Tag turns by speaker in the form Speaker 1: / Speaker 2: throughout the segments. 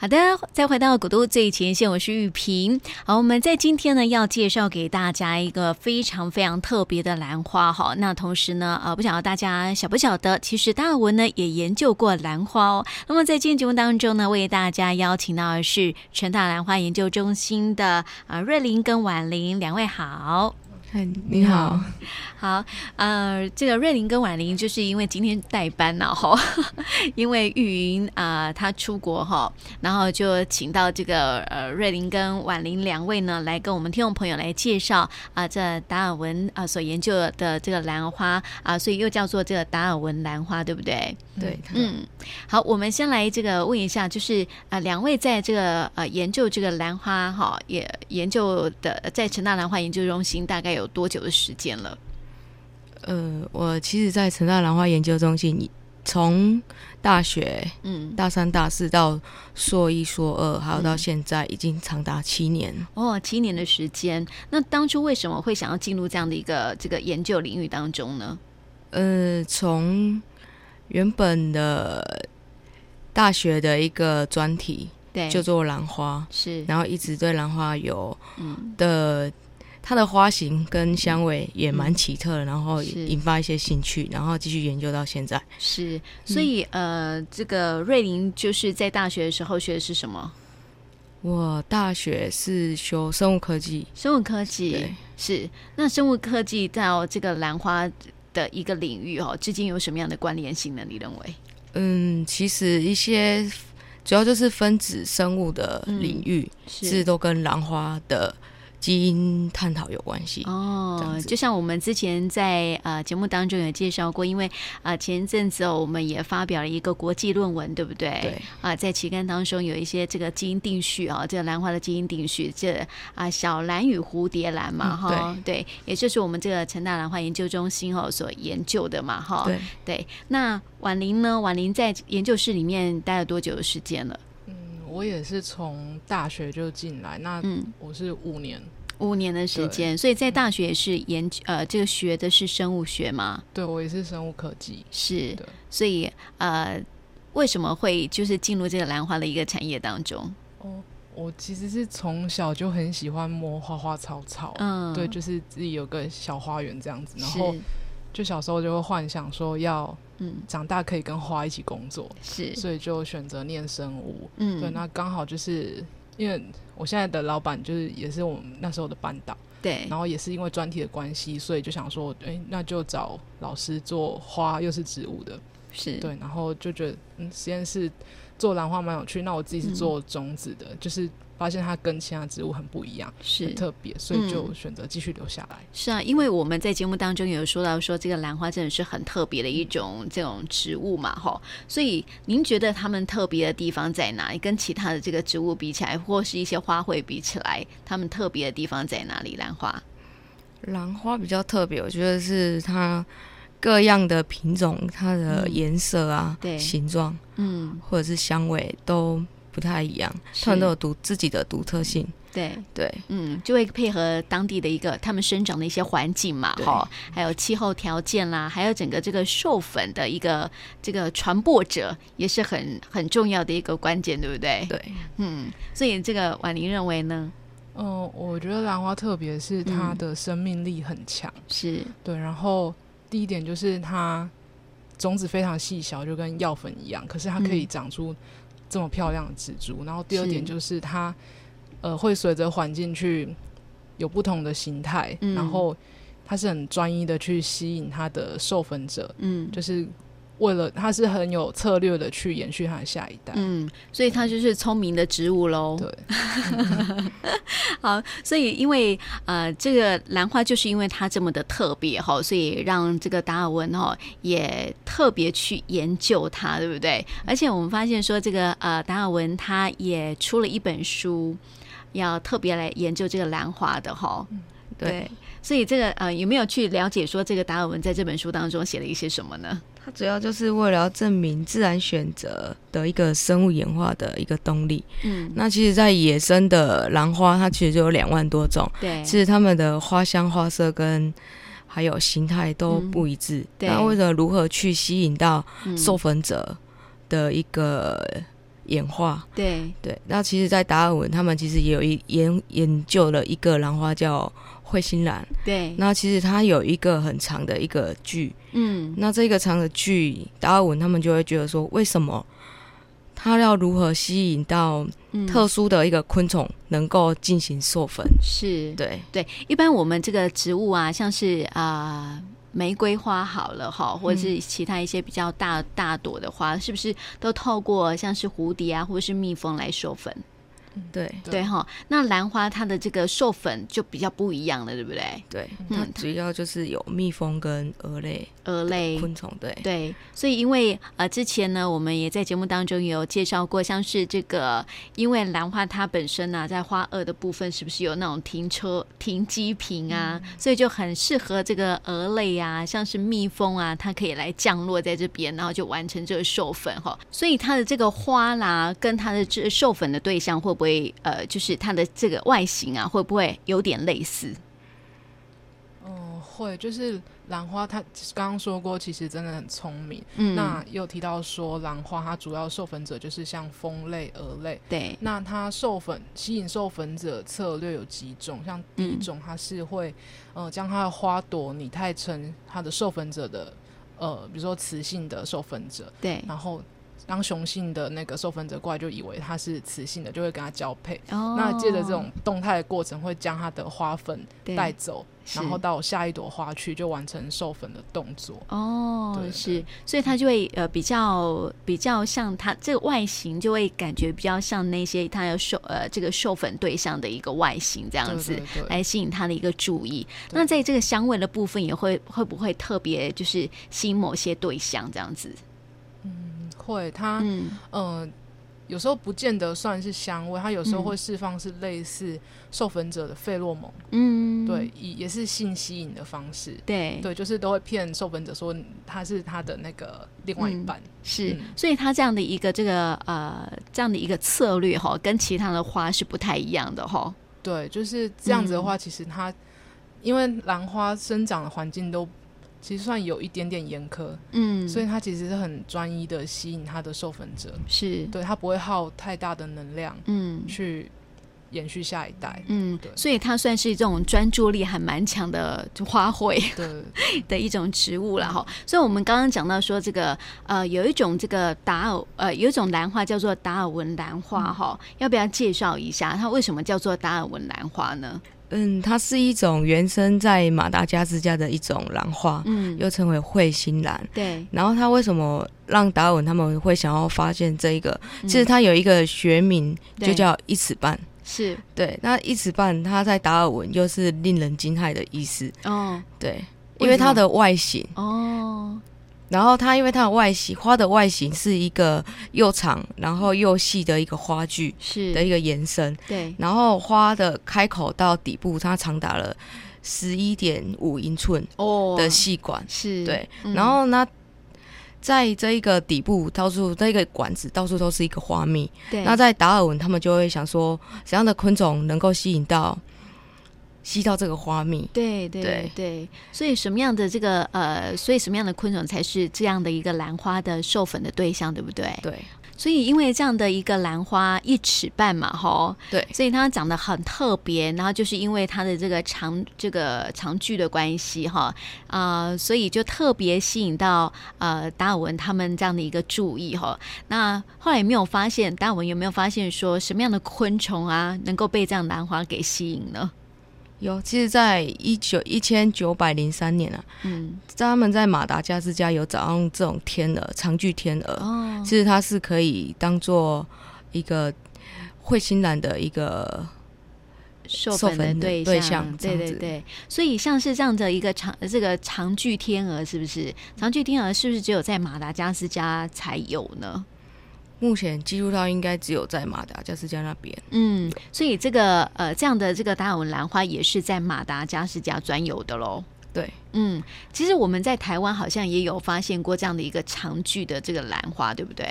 Speaker 1: 好的，再回到古都最前线，我是玉萍。好，我们在今天呢要介绍给大家一个非常非常特别的兰花哈。那同时呢，呃，不晓得大家晓不晓得，其实达尔文呢也研究过兰花哦。那么在今天节目当中呢，为大家邀请到的是成大兰花研究中心的呃瑞林跟婉玲两位好。
Speaker 2: 嗨，你好。嗯
Speaker 1: 好，呃，这个瑞玲跟婉玲就是因为今天代班了哈， 因为玉云啊、呃、她出国哈，然后就请到这个呃瑞玲跟婉玲两位呢来跟我们听众朋友来介绍啊、呃、这达尔文啊、呃、所研究的这个兰花啊，所以又叫做这个达尔文兰花，对不对？
Speaker 2: 对，
Speaker 1: 嗯，好，我们先来这个问一下，就是啊两位在这个呃研究这个兰花哈，也研究的在成大兰花研究中心大概有多久的时间了？
Speaker 2: 呃，我其实，在成大兰花研究中心，从大学
Speaker 1: 嗯，
Speaker 2: 大三、大四到硕一、硕二，还有到现在，已经长达七年。
Speaker 1: 哦，七年的时间。那当初为什么会想要进入这样的一个这个研究领域当中呢？
Speaker 2: 呃，从原本的大学的一个专题
Speaker 1: 对，
Speaker 2: 就做兰花，
Speaker 1: 是
Speaker 2: 然后一直对兰花有
Speaker 1: 嗯，
Speaker 2: 的它的花型跟香味也蛮奇特的，然后
Speaker 1: 嗯是
Speaker 2: 引发一些兴趣，然后继续研究到现在。嗯
Speaker 1: 是。所以、呃，这个瑞林就是在大学的时候学的是什么？
Speaker 2: 我大学是修生物科技，
Speaker 1: 生物科技
Speaker 2: 对。
Speaker 1: 是。那生物科技到这个兰花的一个领域哦，之间有什么样的关联性呢？你认为？
Speaker 2: 嗯，其实一些主要就是分子生物的领域，
Speaker 1: 嗯
Speaker 2: 是都跟兰花的基因探讨有关系。这
Speaker 1: 哦
Speaker 2: 样，子
Speaker 1: 就像我们之前在呃节目当中有介绍过，因为呃前一阵子哦，我们也发表了一个国际论文，对不对？
Speaker 2: 对，
Speaker 1: 啊、在期刊当中有一些这个基因定序啊、这个兰花的基因定序，这啊、小蓝与蝴蝶兰嘛，
Speaker 2: 嗯
Speaker 1: 哈、对，也就是我们这个成大兰花研究中心哦所研究的嘛，哈，
Speaker 2: 对，
Speaker 1: 对。那婉玲呢？婉玲在研究室里面待了多久的时间了？
Speaker 2: 嗯
Speaker 3: 我也是从大学就进来，那
Speaker 1: 嗯，
Speaker 3: 我是五年，
Speaker 1: 五年的时
Speaker 3: 对
Speaker 1: 间，所以在大学也是研究呃，这个学的是生物学嘛，
Speaker 3: 对我也是生物科技，
Speaker 1: 是
Speaker 3: 对，
Speaker 1: 所以呃，为什么会就是进入这个兰花的一个产业当中？
Speaker 3: 我其实是从小就很喜欢摸花花草草，
Speaker 1: 嗯，
Speaker 3: 哦对，就是自己有个小花园这样子，然后
Speaker 1: 是，
Speaker 3: 就小时候就会幻想说要
Speaker 1: 嗯，
Speaker 3: 长大可以跟花一起工作，
Speaker 1: 是，
Speaker 3: 所以就选择念生物。
Speaker 1: 嗯，
Speaker 3: 对，那刚好就是因为我现在的老板就是也是我们那时候的班导，
Speaker 1: 对
Speaker 3: 然，后也是因为专题的关系，所以就想说，哎，那就找老师做花又是植物的，
Speaker 1: 是，
Speaker 3: 对，然后就觉得嗯，实验室做兰花蛮有趣。那我自
Speaker 1: 嗯
Speaker 3: 己是做种子的，就是发现它跟其他植物很不一样，
Speaker 1: 是
Speaker 3: 很。特别，所以就
Speaker 1: 嗯
Speaker 3: 选择继续留下来。
Speaker 1: 是啊，因为我们在节目当中有说到说这个兰花真的是很特别的一种这种植物嘛，吼，所以您觉得它们特别的地方在哪里？跟其他的这个植物比起来，或是一些花卉比起来，它们特别的地方在哪里？兰花
Speaker 2: 兰花比较特别，我觉得是它各样的品种，它的
Speaker 1: 嗯
Speaker 2: 颜色啊、
Speaker 1: 对
Speaker 2: 形状
Speaker 1: 嗯，
Speaker 2: 或者是香味都不太一样，它们
Speaker 1: 是
Speaker 2: 都有独自己的独特性。
Speaker 1: 对，
Speaker 2: 对，
Speaker 1: 嗯，就会配合当地的一个他们生长的一些环境嘛，
Speaker 2: 对
Speaker 1: 哈，还有气候条件啦，还有整个这个授粉的一个这个传播者，也是很很重要的一个关键，对不对？
Speaker 2: 对，
Speaker 1: 嗯，所以这个婉玲认为呢，
Speaker 3: 嗯、我觉得兰花特别是它
Speaker 1: 嗯
Speaker 3: 的生命力很强，
Speaker 1: 是
Speaker 3: 对。然后第一点就是它种子非常细小，就跟药粉一样，可是它可以长出这么漂亮的植株。然后第
Speaker 1: 嗯
Speaker 3: 二
Speaker 1: 是
Speaker 3: 点就是它呃会随着环境去有不同的形态，
Speaker 1: 嗯
Speaker 3: 然后它是很专一的去吸引它的授粉者，
Speaker 1: 嗯。
Speaker 3: 就是为了它是很有策略的去延续它的下一代。
Speaker 1: 嗯，所以它就是聪明的植物喽。
Speaker 3: 对，
Speaker 1: 好，所以因为呃，这个兰花就是因为它这么的特别哈，所以让这个达尔文哈也特别去研究它，对不对？而且我们发现说，这个呃，达尔文他也出了一本书，要特别来研究这个兰花的哈。
Speaker 2: 对，
Speaker 1: 所以这个呃，有没有去了解说这个达尔文在这本书当中写了一些什么呢？
Speaker 2: 它主要就是为了要证明自然选择的一个生物演化的一个动力。
Speaker 1: 嗯，
Speaker 2: 那其实，在野生的兰花，它其实就有两万多种，
Speaker 1: 对，
Speaker 2: 其实它们的花香、花色跟还有形态都不一致。
Speaker 1: 嗯对
Speaker 2: 那为了如何去吸引到
Speaker 1: 嗯
Speaker 2: 授粉者的一个演化。
Speaker 1: 对，
Speaker 2: 对，那其实，在达尔文他们其实也有一研研究了一个兰花叫彗星兰，
Speaker 1: 对，
Speaker 2: 那其实它有一个很长的一个距，
Speaker 1: 嗯，
Speaker 2: 那这个长的距，达尔文他们就会觉得说，为什么它要如何吸引到
Speaker 1: 嗯
Speaker 2: 特殊的一个昆虫能够进行授粉？
Speaker 1: 是
Speaker 2: 对，
Speaker 1: 对，一般我们这个植物啊，像是啊、呃玫瑰花好了哈，或者是其他一些比较大大朵的花，是不是都透过像是蝴蝶啊，或者是蜜蜂来授粉？
Speaker 2: 对，
Speaker 3: 对
Speaker 1: 对哈，那兰花它的这个授粉就比较不一样了，对不对？
Speaker 2: 对，它
Speaker 1: 嗯
Speaker 2: 主要就是有蜜蜂跟蛾类
Speaker 1: 蛾类。
Speaker 2: 昆虫，对，
Speaker 1: 对，所以因为呃，之前呢，我们也在节目当中有介绍过，像是这个，因为兰花它本身呢、在花萼的部分是不是有那种停车停机坪啊，
Speaker 3: 嗯
Speaker 1: 所以就很适合这个蛾类啊，像是蜜蜂啊，它可以来降落在这边，然后就完成这个授粉哈、所以它的这个花啦，跟它的这授粉的对象会不会呃，就是它的这个外形啊，会不会有点类似？
Speaker 3: 嗯，会，就是兰花它刚刚说过，其实真的很聪明。
Speaker 1: 嗯，
Speaker 3: 那又提到说，兰花它主要授粉者就是像蜂类、蛾类。
Speaker 1: 对，
Speaker 3: 那它授粉吸引授粉者策略有几种，像第一
Speaker 1: 嗯
Speaker 3: 种，它是会呃将它的花朵拟态成它的授粉者的呃，比如说雌性的授粉者，
Speaker 1: 对，
Speaker 3: 然后当雄性的那个授粉者过来就以为它是雌性的，就会跟它交配。
Speaker 1: 哦
Speaker 3: 那借着这种动态的过程，会将它的花粉
Speaker 1: 对
Speaker 3: 带走，
Speaker 1: 是
Speaker 3: 然后到下一朵花去，就完成授粉的动作。
Speaker 1: 哦，
Speaker 3: 对
Speaker 1: 是，所以它就会呃比较比较像它这个外形，就会感觉比较像那些它要授呃这个授粉对象的一个外形这样子，
Speaker 3: 对对对，
Speaker 1: 来吸引它的一个注意。
Speaker 3: 对
Speaker 1: 那在这个香味的部分，也会会不会特别就是吸引某些对象这样子？
Speaker 3: 嗯会它
Speaker 1: 嗯，
Speaker 3: 呃，有时候不见得算是香味，它有时候
Speaker 1: 嗯
Speaker 3: 会释放是类似授粉者的费洛蒙，
Speaker 1: 嗯，
Speaker 3: 对，以也是性吸引的方式。
Speaker 1: 对
Speaker 3: 对，就是都会骗授粉者说他是他的那个另外一
Speaker 1: 嗯
Speaker 3: 半，
Speaker 1: 是
Speaker 3: 嗯，
Speaker 1: 所以它这样的一个这个呃这样的一个策略哈，跟其他的花是不太一样的哈。
Speaker 3: 对，就是这样
Speaker 1: 嗯
Speaker 3: 子的话，其实它因为兰花生长的环境都其实算有一点点严苛，
Speaker 1: 嗯，
Speaker 3: 所以它其实是很专一的吸引它的授粉者，
Speaker 1: 是
Speaker 3: 对它不会耗太大的能量
Speaker 1: 嗯
Speaker 3: 去延续下一代。
Speaker 1: 嗯
Speaker 3: 对，
Speaker 1: 所以它算是这种专注力还蛮强的花卉
Speaker 3: 对，
Speaker 1: 的一种植物了哈。所以我们刚刚讲到说，这个呃有一种这个达尔呃有一种兰花叫做达尔文兰花哈，要不要介绍一下它为什么叫做达尔文兰花呢？
Speaker 2: 嗯，它是一种原生在马达加斯加的一种兰花，
Speaker 1: 嗯，
Speaker 2: 又称为彗星兰。
Speaker 1: 对，
Speaker 2: 然后它为什么让达尔文他们会想要发现这一个？
Speaker 1: 嗯
Speaker 2: 其实它有一个学名，
Speaker 1: 对
Speaker 2: 就叫一尺半。
Speaker 1: 是
Speaker 2: 对，那一尺半它在达尔文又是令人惊骇的意思。
Speaker 1: 哦
Speaker 2: 对，
Speaker 1: 为
Speaker 2: 因为
Speaker 1: 什么
Speaker 2: 它的外形，
Speaker 1: 哦
Speaker 2: 然后它因为它的外形，花的外形是一个又长然后又细的一个花距
Speaker 1: 是
Speaker 2: 的一个延伸，
Speaker 1: 对
Speaker 2: 然后花的开口到底部，它长达了十一点五英寸
Speaker 1: 哦
Speaker 2: 的细管。
Speaker 1: 是
Speaker 2: 对，
Speaker 1: 嗯
Speaker 2: 然后呢，在这一个底部到处这个管子到处都是一个花蜜。
Speaker 1: 对
Speaker 2: 那在达尔文，他们就会想说，怎样的昆虫能够吸引到吸到这个花蜜？
Speaker 1: 对对对
Speaker 2: 对
Speaker 1: 所以什么样的这个呃，所以什么样的昆虫才是这样的一个兰花的授粉的对象，对不对？
Speaker 2: 对
Speaker 1: 所以因为这样的一个兰花一尺半嘛，吼，
Speaker 2: 对
Speaker 1: 所以它长得很特别，然后就是因为它的这个长这个长距的关系，哈，啊，所以就特别吸引到呃达尔文他们这样的一个注意，哈。那后来有没有发现达尔文有没有发现说什么样的昆虫啊能够被这样兰花给吸引呢？
Speaker 2: 有，其实，在一九一千九百零三年啊，
Speaker 1: 嗯，
Speaker 2: 他们在马达加斯加有找到这种天鹅，长距天鹅，
Speaker 1: 哦，
Speaker 2: 其实它是可以当做一个彗星兰的一个
Speaker 1: 授
Speaker 2: 授
Speaker 1: 粉的
Speaker 2: 粉的
Speaker 1: 对
Speaker 2: 对
Speaker 1: 象，
Speaker 2: 象
Speaker 1: 对
Speaker 2: 这样
Speaker 1: 对
Speaker 2: 子
Speaker 1: 对，所以像是这样的一个长这个长距天鹅，是不是长距天鹅是不是只有在马达加斯加才有呢？
Speaker 2: 目前记录到应该只有在马达加斯加那边。
Speaker 1: 嗯，所以这个呃这样的这个达尔文兰花也是在马达加斯加专有的喽。
Speaker 2: 对，
Speaker 1: 嗯，其实我们在台湾好像也有发现过这样的一个长距的这个兰花，对不对？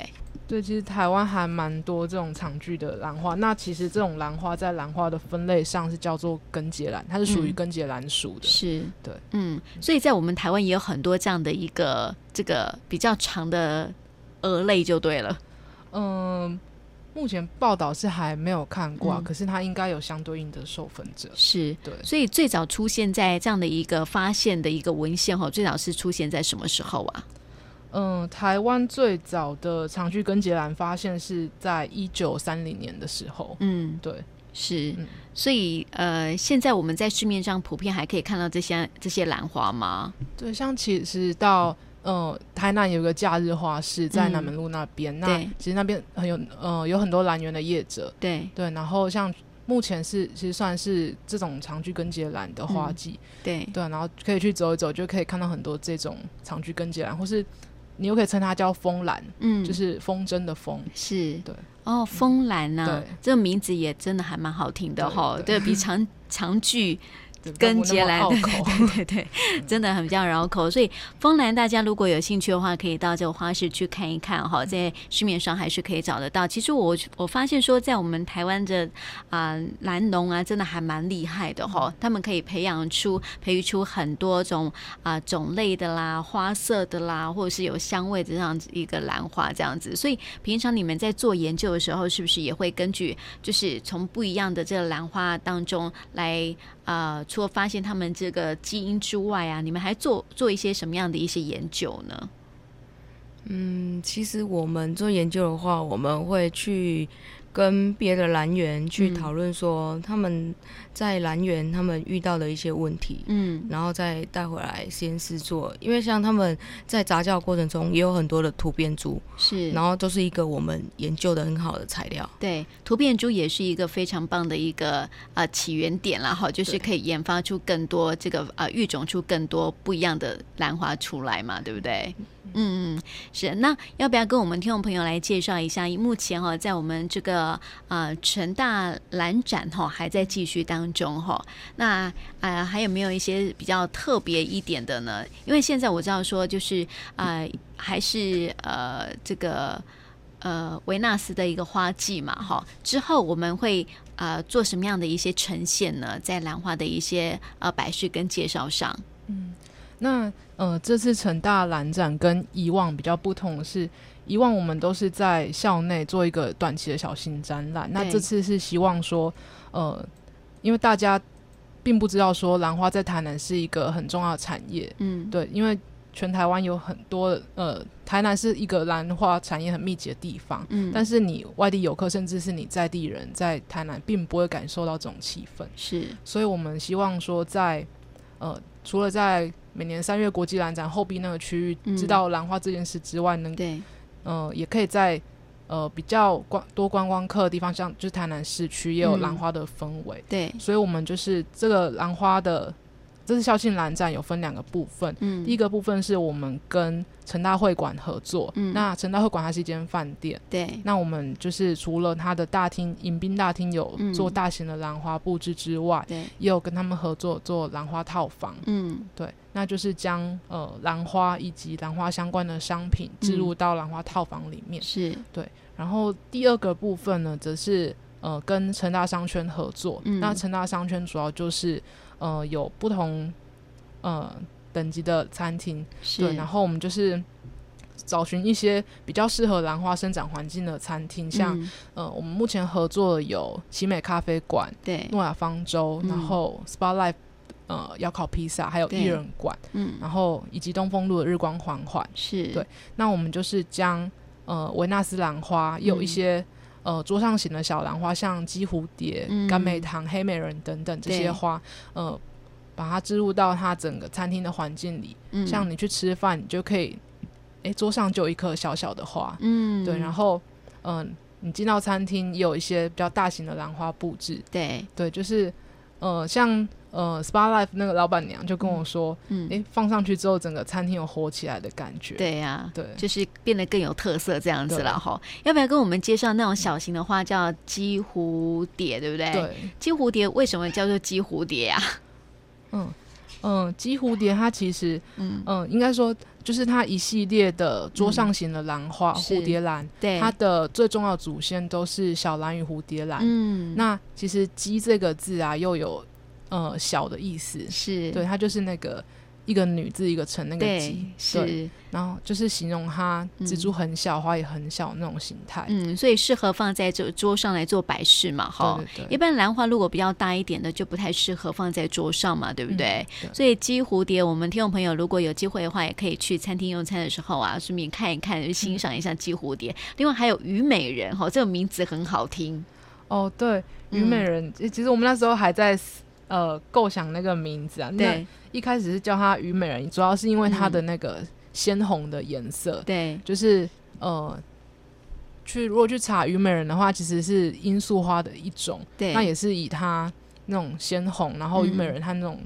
Speaker 3: 对，其实台湾还蛮多这种长距的兰花。那其实这种兰花在兰花的分类上是叫做根节兰，它是属于
Speaker 1: 嗯
Speaker 3: 根节兰属的。
Speaker 1: 是，
Speaker 3: 对，
Speaker 1: 嗯，所以在我们台湾也有很多这样的一个这个比较长的蛾类，就对了。
Speaker 3: 嗯，目前报道是还没有看过啊，
Speaker 1: 嗯
Speaker 3: 可是它应该有相对应的受粉者。
Speaker 1: 是，
Speaker 3: 对，
Speaker 1: 所以最早出现在这样的一个发现的一个文献哈，最早是出现在什么时候啊？
Speaker 3: 嗯、台湾最早的长距根结兰发现是在一九三零年的时候。
Speaker 1: 嗯，
Speaker 3: 对，
Speaker 1: 是，
Speaker 3: 嗯
Speaker 1: 所以呃，现在我们在市面上普遍还可以看到这些这些兰花吗？
Speaker 3: 对，像其实到呃台南有个假日花市在南门路那边，那
Speaker 1: 嗯对
Speaker 3: 其实那边很有呃有很多兰园的业者，
Speaker 1: 对
Speaker 3: 对，然后像目前是其实算是这种长距根结兰的花
Speaker 1: 嗯
Speaker 3: 季，
Speaker 1: 对，
Speaker 3: 对，啊然后可以去走一走，就可以看到很多这种长距根结兰，或是你又可以称它叫风兰，
Speaker 1: 嗯，
Speaker 3: 就是风筝的风，
Speaker 1: 是，
Speaker 3: 对嗯
Speaker 1: 哦，风兰呐、
Speaker 3: 对
Speaker 1: 这个名字也真的还蛮好听的哈，对
Speaker 3: 对
Speaker 1: 比长 长句，
Speaker 3: 对比较
Speaker 1: 根
Speaker 3: 不那
Speaker 1: 结
Speaker 3: 么
Speaker 1: 兰
Speaker 3: 拗
Speaker 1: 对
Speaker 3: 口，
Speaker 1: 对对，真的很比较绕口。所以风兰，大家如果有兴趣的话，可以到这个花市去看一看哈，在市面上还是可以找得到。其实我我发现说，在我们台湾的啊、兰农啊，真的还蛮厉害的哈，他们可以培养出培育出很多种啊、种类的啦、花色的啦，或者是有香味的这样子一个兰花这样子。所以平常你们在做研究的时候，是不是也会根据就是从不一样的这个兰花当中来啊，除了发现它们这个基因之外啊，你们还做做一些什么样的一些研究呢？
Speaker 2: 嗯，其实我们做研究的话，我们会去跟别的兰园去
Speaker 1: 嗯
Speaker 2: 讨论说他们在兰园他们遇到的一些问题，
Speaker 1: 嗯，
Speaker 2: 然后再带回来实验室做。因为像他们在杂交的过程中也有很多的突变株，
Speaker 1: 是，
Speaker 2: 然后都是一个我们研究的很好的材料。
Speaker 1: 对，突变株也是一个非常棒的一个呃起源点啦，哈，就是
Speaker 2: 对
Speaker 1: 可以研发出更多这个呃育种出更多不一样的兰花出来嘛，对不对？嗯嗯，是。那要不要跟我们听众朋友来介绍一下？目前哈、在我们这个呃成大兰展哈、还在继续当中哈、那呃还有没有一些比较特别一点的呢？因为现在我知道说就是呃还是呃这个。呃维纳斯的一个花季嘛，哈，之后我们会呃做什么样的一些呈现呢？在兰花的一些呃摆饰跟介绍上，
Speaker 3: 那呃，这次成大兰展跟以往比较不同的是，以往我们都是在校内做一个短期的小型展览，那
Speaker 1: 对
Speaker 3: 这次是希望说，呃，因为大家并不知道说兰花在台南是一个很重要的产业，
Speaker 1: 嗯，
Speaker 3: 对，因为全台湾有很多呃，台南是一个兰花产业很密集的地方，
Speaker 1: 嗯，
Speaker 3: 但是你外地游客甚至是你在地人在台南并不会感受到这种气氛。
Speaker 1: 是
Speaker 3: 所以我们希望说在，呃，除了在每年三月国际兰展后壁那个区
Speaker 1: 嗯
Speaker 3: 域知道兰花这件事之外，能
Speaker 1: 对，
Speaker 3: 呃也可以在呃比较观多观光客的地方，像就是台南市区也有
Speaker 1: 嗯
Speaker 3: 兰花的氛围。
Speaker 1: 对，
Speaker 3: 所以我们就是这个兰花的，这次校庆兰展有分两个部分。
Speaker 1: 嗯，
Speaker 3: 第一个部分是我们跟成大会馆合作，
Speaker 1: 嗯
Speaker 3: 那成大会馆它是一间饭店，
Speaker 1: 对，
Speaker 3: 那我们就是除了它的大厅迎宾大厅有
Speaker 1: 嗯
Speaker 3: 做大型的兰花布置之外，
Speaker 1: 对，
Speaker 3: 也有跟他们合作做兰花套房，
Speaker 1: 嗯，
Speaker 3: 对，那就是将呃兰花以及兰花相关的商品
Speaker 1: 嗯
Speaker 3: 置入到兰花套房里面。
Speaker 1: 是，
Speaker 3: 然后第二个部分呢，则是呃跟成大商圈合作。
Speaker 1: 嗯
Speaker 3: 那成大商圈主要就是呃有不同呃等级的餐厅，
Speaker 1: 是，
Speaker 3: 对，然后我们就是。找寻一些比较适合兰花生长环境的餐厅，像、
Speaker 1: 嗯
Speaker 3: 呃，我们目前合作的有奇美咖啡馆、
Speaker 1: 对，
Speaker 3: 诺亚方舟，
Speaker 1: 嗯
Speaker 3: 然后 Spotlight 呃窑烤披萨，还有
Speaker 1: 对
Speaker 3: 艺人馆，
Speaker 1: 嗯，
Speaker 3: 然后以及东风路的日光环环。
Speaker 1: 是，
Speaker 3: 对那我们就是将呃维纳斯兰花，也有一些、呃桌上型的小兰花，像鸡蝴蝶
Speaker 1: 嗯、
Speaker 3: 甘梅糖、黑美人等等这
Speaker 1: 对
Speaker 3: 些花，呃，把它置入到它整个餐厅的环境里。
Speaker 1: 嗯，
Speaker 3: 像你去吃饭，你就可以，诶，桌上就有一颗小小的花，
Speaker 1: 嗯，
Speaker 3: 对，然
Speaker 1: 后
Speaker 3: 后嗯、你进到餐厅也有一些比较大型的兰花布置，
Speaker 1: 对，
Speaker 3: 对，就是呃，像呃 SPA Life 那个老板娘就跟我说，
Speaker 1: 嗯，
Speaker 3: 诶，放上去之后，整个餐厅有火起来的感觉。
Speaker 1: 对呀，
Speaker 3: 对
Speaker 1: 就是变得更有特色这样子
Speaker 3: 对
Speaker 1: 了哈。要不要跟我们介绍那种小型的花叫鸡蝴蝶，对不对？，
Speaker 3: 对，
Speaker 1: 鸡蝴蝶为什么叫做鸡蝴蝶啊？
Speaker 3: 嗯嗯，鸡蝴蝶它其实
Speaker 1: 嗯，
Speaker 3: 嗯、应该说就是它一系列的桌上型的兰花、
Speaker 1: 嗯
Speaker 3: 蝴蝶兰，
Speaker 1: 对，
Speaker 3: 它的最重要的祖先都是小兰与蝴蝶兰。
Speaker 1: 嗯，
Speaker 3: 那其实“鸡”这个字啊，又有呃小的意思，
Speaker 1: 是
Speaker 3: 对，它就是那个一个女字一个成那个
Speaker 1: 对嗯
Speaker 3: 鸡，，对，
Speaker 1: 是，
Speaker 3: 然后就是形容它蜘蛛很小，花也很小那种形态。
Speaker 1: 嗯，所以适合放在桌桌上来做摆饰嘛，哈。
Speaker 3: 对对
Speaker 1: 一
Speaker 3: 对，
Speaker 1: 般兰花如果比较大一点的，就不太适合放在桌上嘛，对不对？
Speaker 3: 嗯对
Speaker 1: 所以鸡蝴蝶，我们听众朋友如果有机会的话，也可以去餐厅用餐的时候啊，顺便看一看，欣赏一下鸡蝴蝶。另外还有虞美人，哈，这个名字很好听，嗯
Speaker 3: 哦，对，虞美人，诶其实我们那时候还在呃构想那个名字啊，那
Speaker 1: 对
Speaker 3: 一开始是叫它虞美人，主要是因为它的那个鲜红的颜色，
Speaker 1: 对，
Speaker 3: 就是呃。去如果去查虞美人的话，其实是罂粟花的一种，
Speaker 1: 对，
Speaker 3: 那也是以它那种鲜红，然后虞美人她那种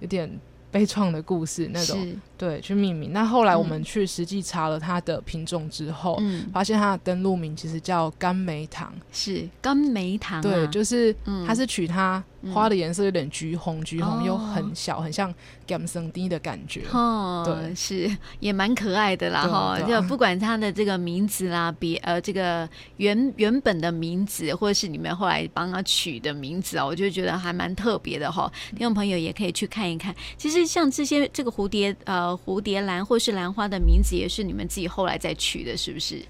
Speaker 3: 有点悲怆的故事那种，
Speaker 1: 是，
Speaker 3: 对，去命名。那后来我
Speaker 1: 嗯
Speaker 3: 们去实际查了它的品种之后，
Speaker 1: 嗯，
Speaker 3: 发现它的登录名其实叫甘梅糖，
Speaker 1: 是甘梅糖、啊，
Speaker 3: 对，就是
Speaker 1: 嗯
Speaker 3: 它是取它花的颜色有点橘红，橘
Speaker 1: 哦
Speaker 3: 红又很小，很像 g a m s o n d 的感觉。
Speaker 1: 哦，
Speaker 3: 对
Speaker 1: 是也蛮可爱的啦
Speaker 3: 对啊
Speaker 1: 哈，
Speaker 3: 对
Speaker 1: 就
Speaker 3: 啊
Speaker 1: 不管它的这个名字啦，别呃这个原原本的名字，或者是你们后来帮它取的名字啊，我就觉得还蛮特别的哈。
Speaker 3: 嗯
Speaker 1: 听众朋友也可以去看一看。其实像这些这个蝴蝶呃蝴蝶兰或是兰花的名字，也是你们自己后来再取的，是不是？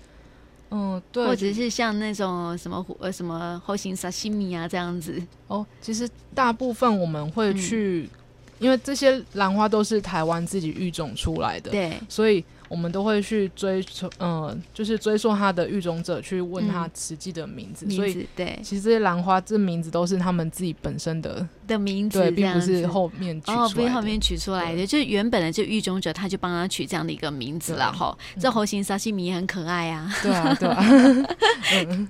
Speaker 3: 嗯，对，
Speaker 1: 或者是像那种什么蝴呃什么猴形沙西米啊这样子，
Speaker 3: 哦，其实大部分我们会去，
Speaker 1: 嗯
Speaker 3: 因为这些兰花都是台湾自己育种出来的，
Speaker 1: 对，
Speaker 3: 所以我们都会去追求，嗯、就是追溯它的育种者，去问它实际的名字。
Speaker 1: 嗯名
Speaker 3: 所以
Speaker 1: 字对
Speaker 3: 其实这些兰花这名字都是他们自己本身的，
Speaker 1: 的名字
Speaker 3: 对，
Speaker 1: 这
Speaker 3: 并
Speaker 1: 样
Speaker 3: 不
Speaker 1: 子，
Speaker 3: 是后面取出来
Speaker 1: 哦，
Speaker 3: 的。
Speaker 1: 不是后面取出来的，就原本的这狱中者，他就帮他取这样的一个名字了
Speaker 3: 对
Speaker 1: 哈。这猴形沙西米也很可爱啊，
Speaker 3: 对啊，对啊，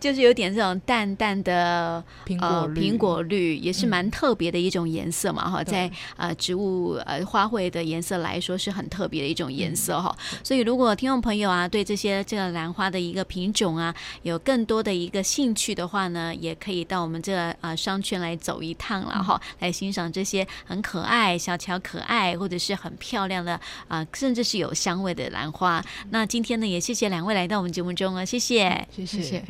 Speaker 1: 就是有点这种淡淡的
Speaker 3: 啊 苹
Speaker 1: 呃
Speaker 3: 果绿，嗯
Speaker 1: 苹果绿，也是蛮特别的一种颜色嘛哈，
Speaker 3: 对
Speaker 1: 在呃植物呃花卉的颜色来说是很特别的一种颜
Speaker 3: 嗯
Speaker 1: 色哈。所以如果听众朋友啊对这些这个兰花的一个品种啊有更多的一个兴趣的话呢，也可以到我们这个呃商圈来走一趟
Speaker 3: 嗯
Speaker 1: 了哈，来欣赏这些很可爱、小巧可爱或者是很漂亮的啊、呃甚至
Speaker 3: 嗯
Speaker 1: 是有香味的兰花。那今天呢也谢谢两位来到我们节目中啊，谢谢。
Speaker 3: 谢
Speaker 2: 谢谢。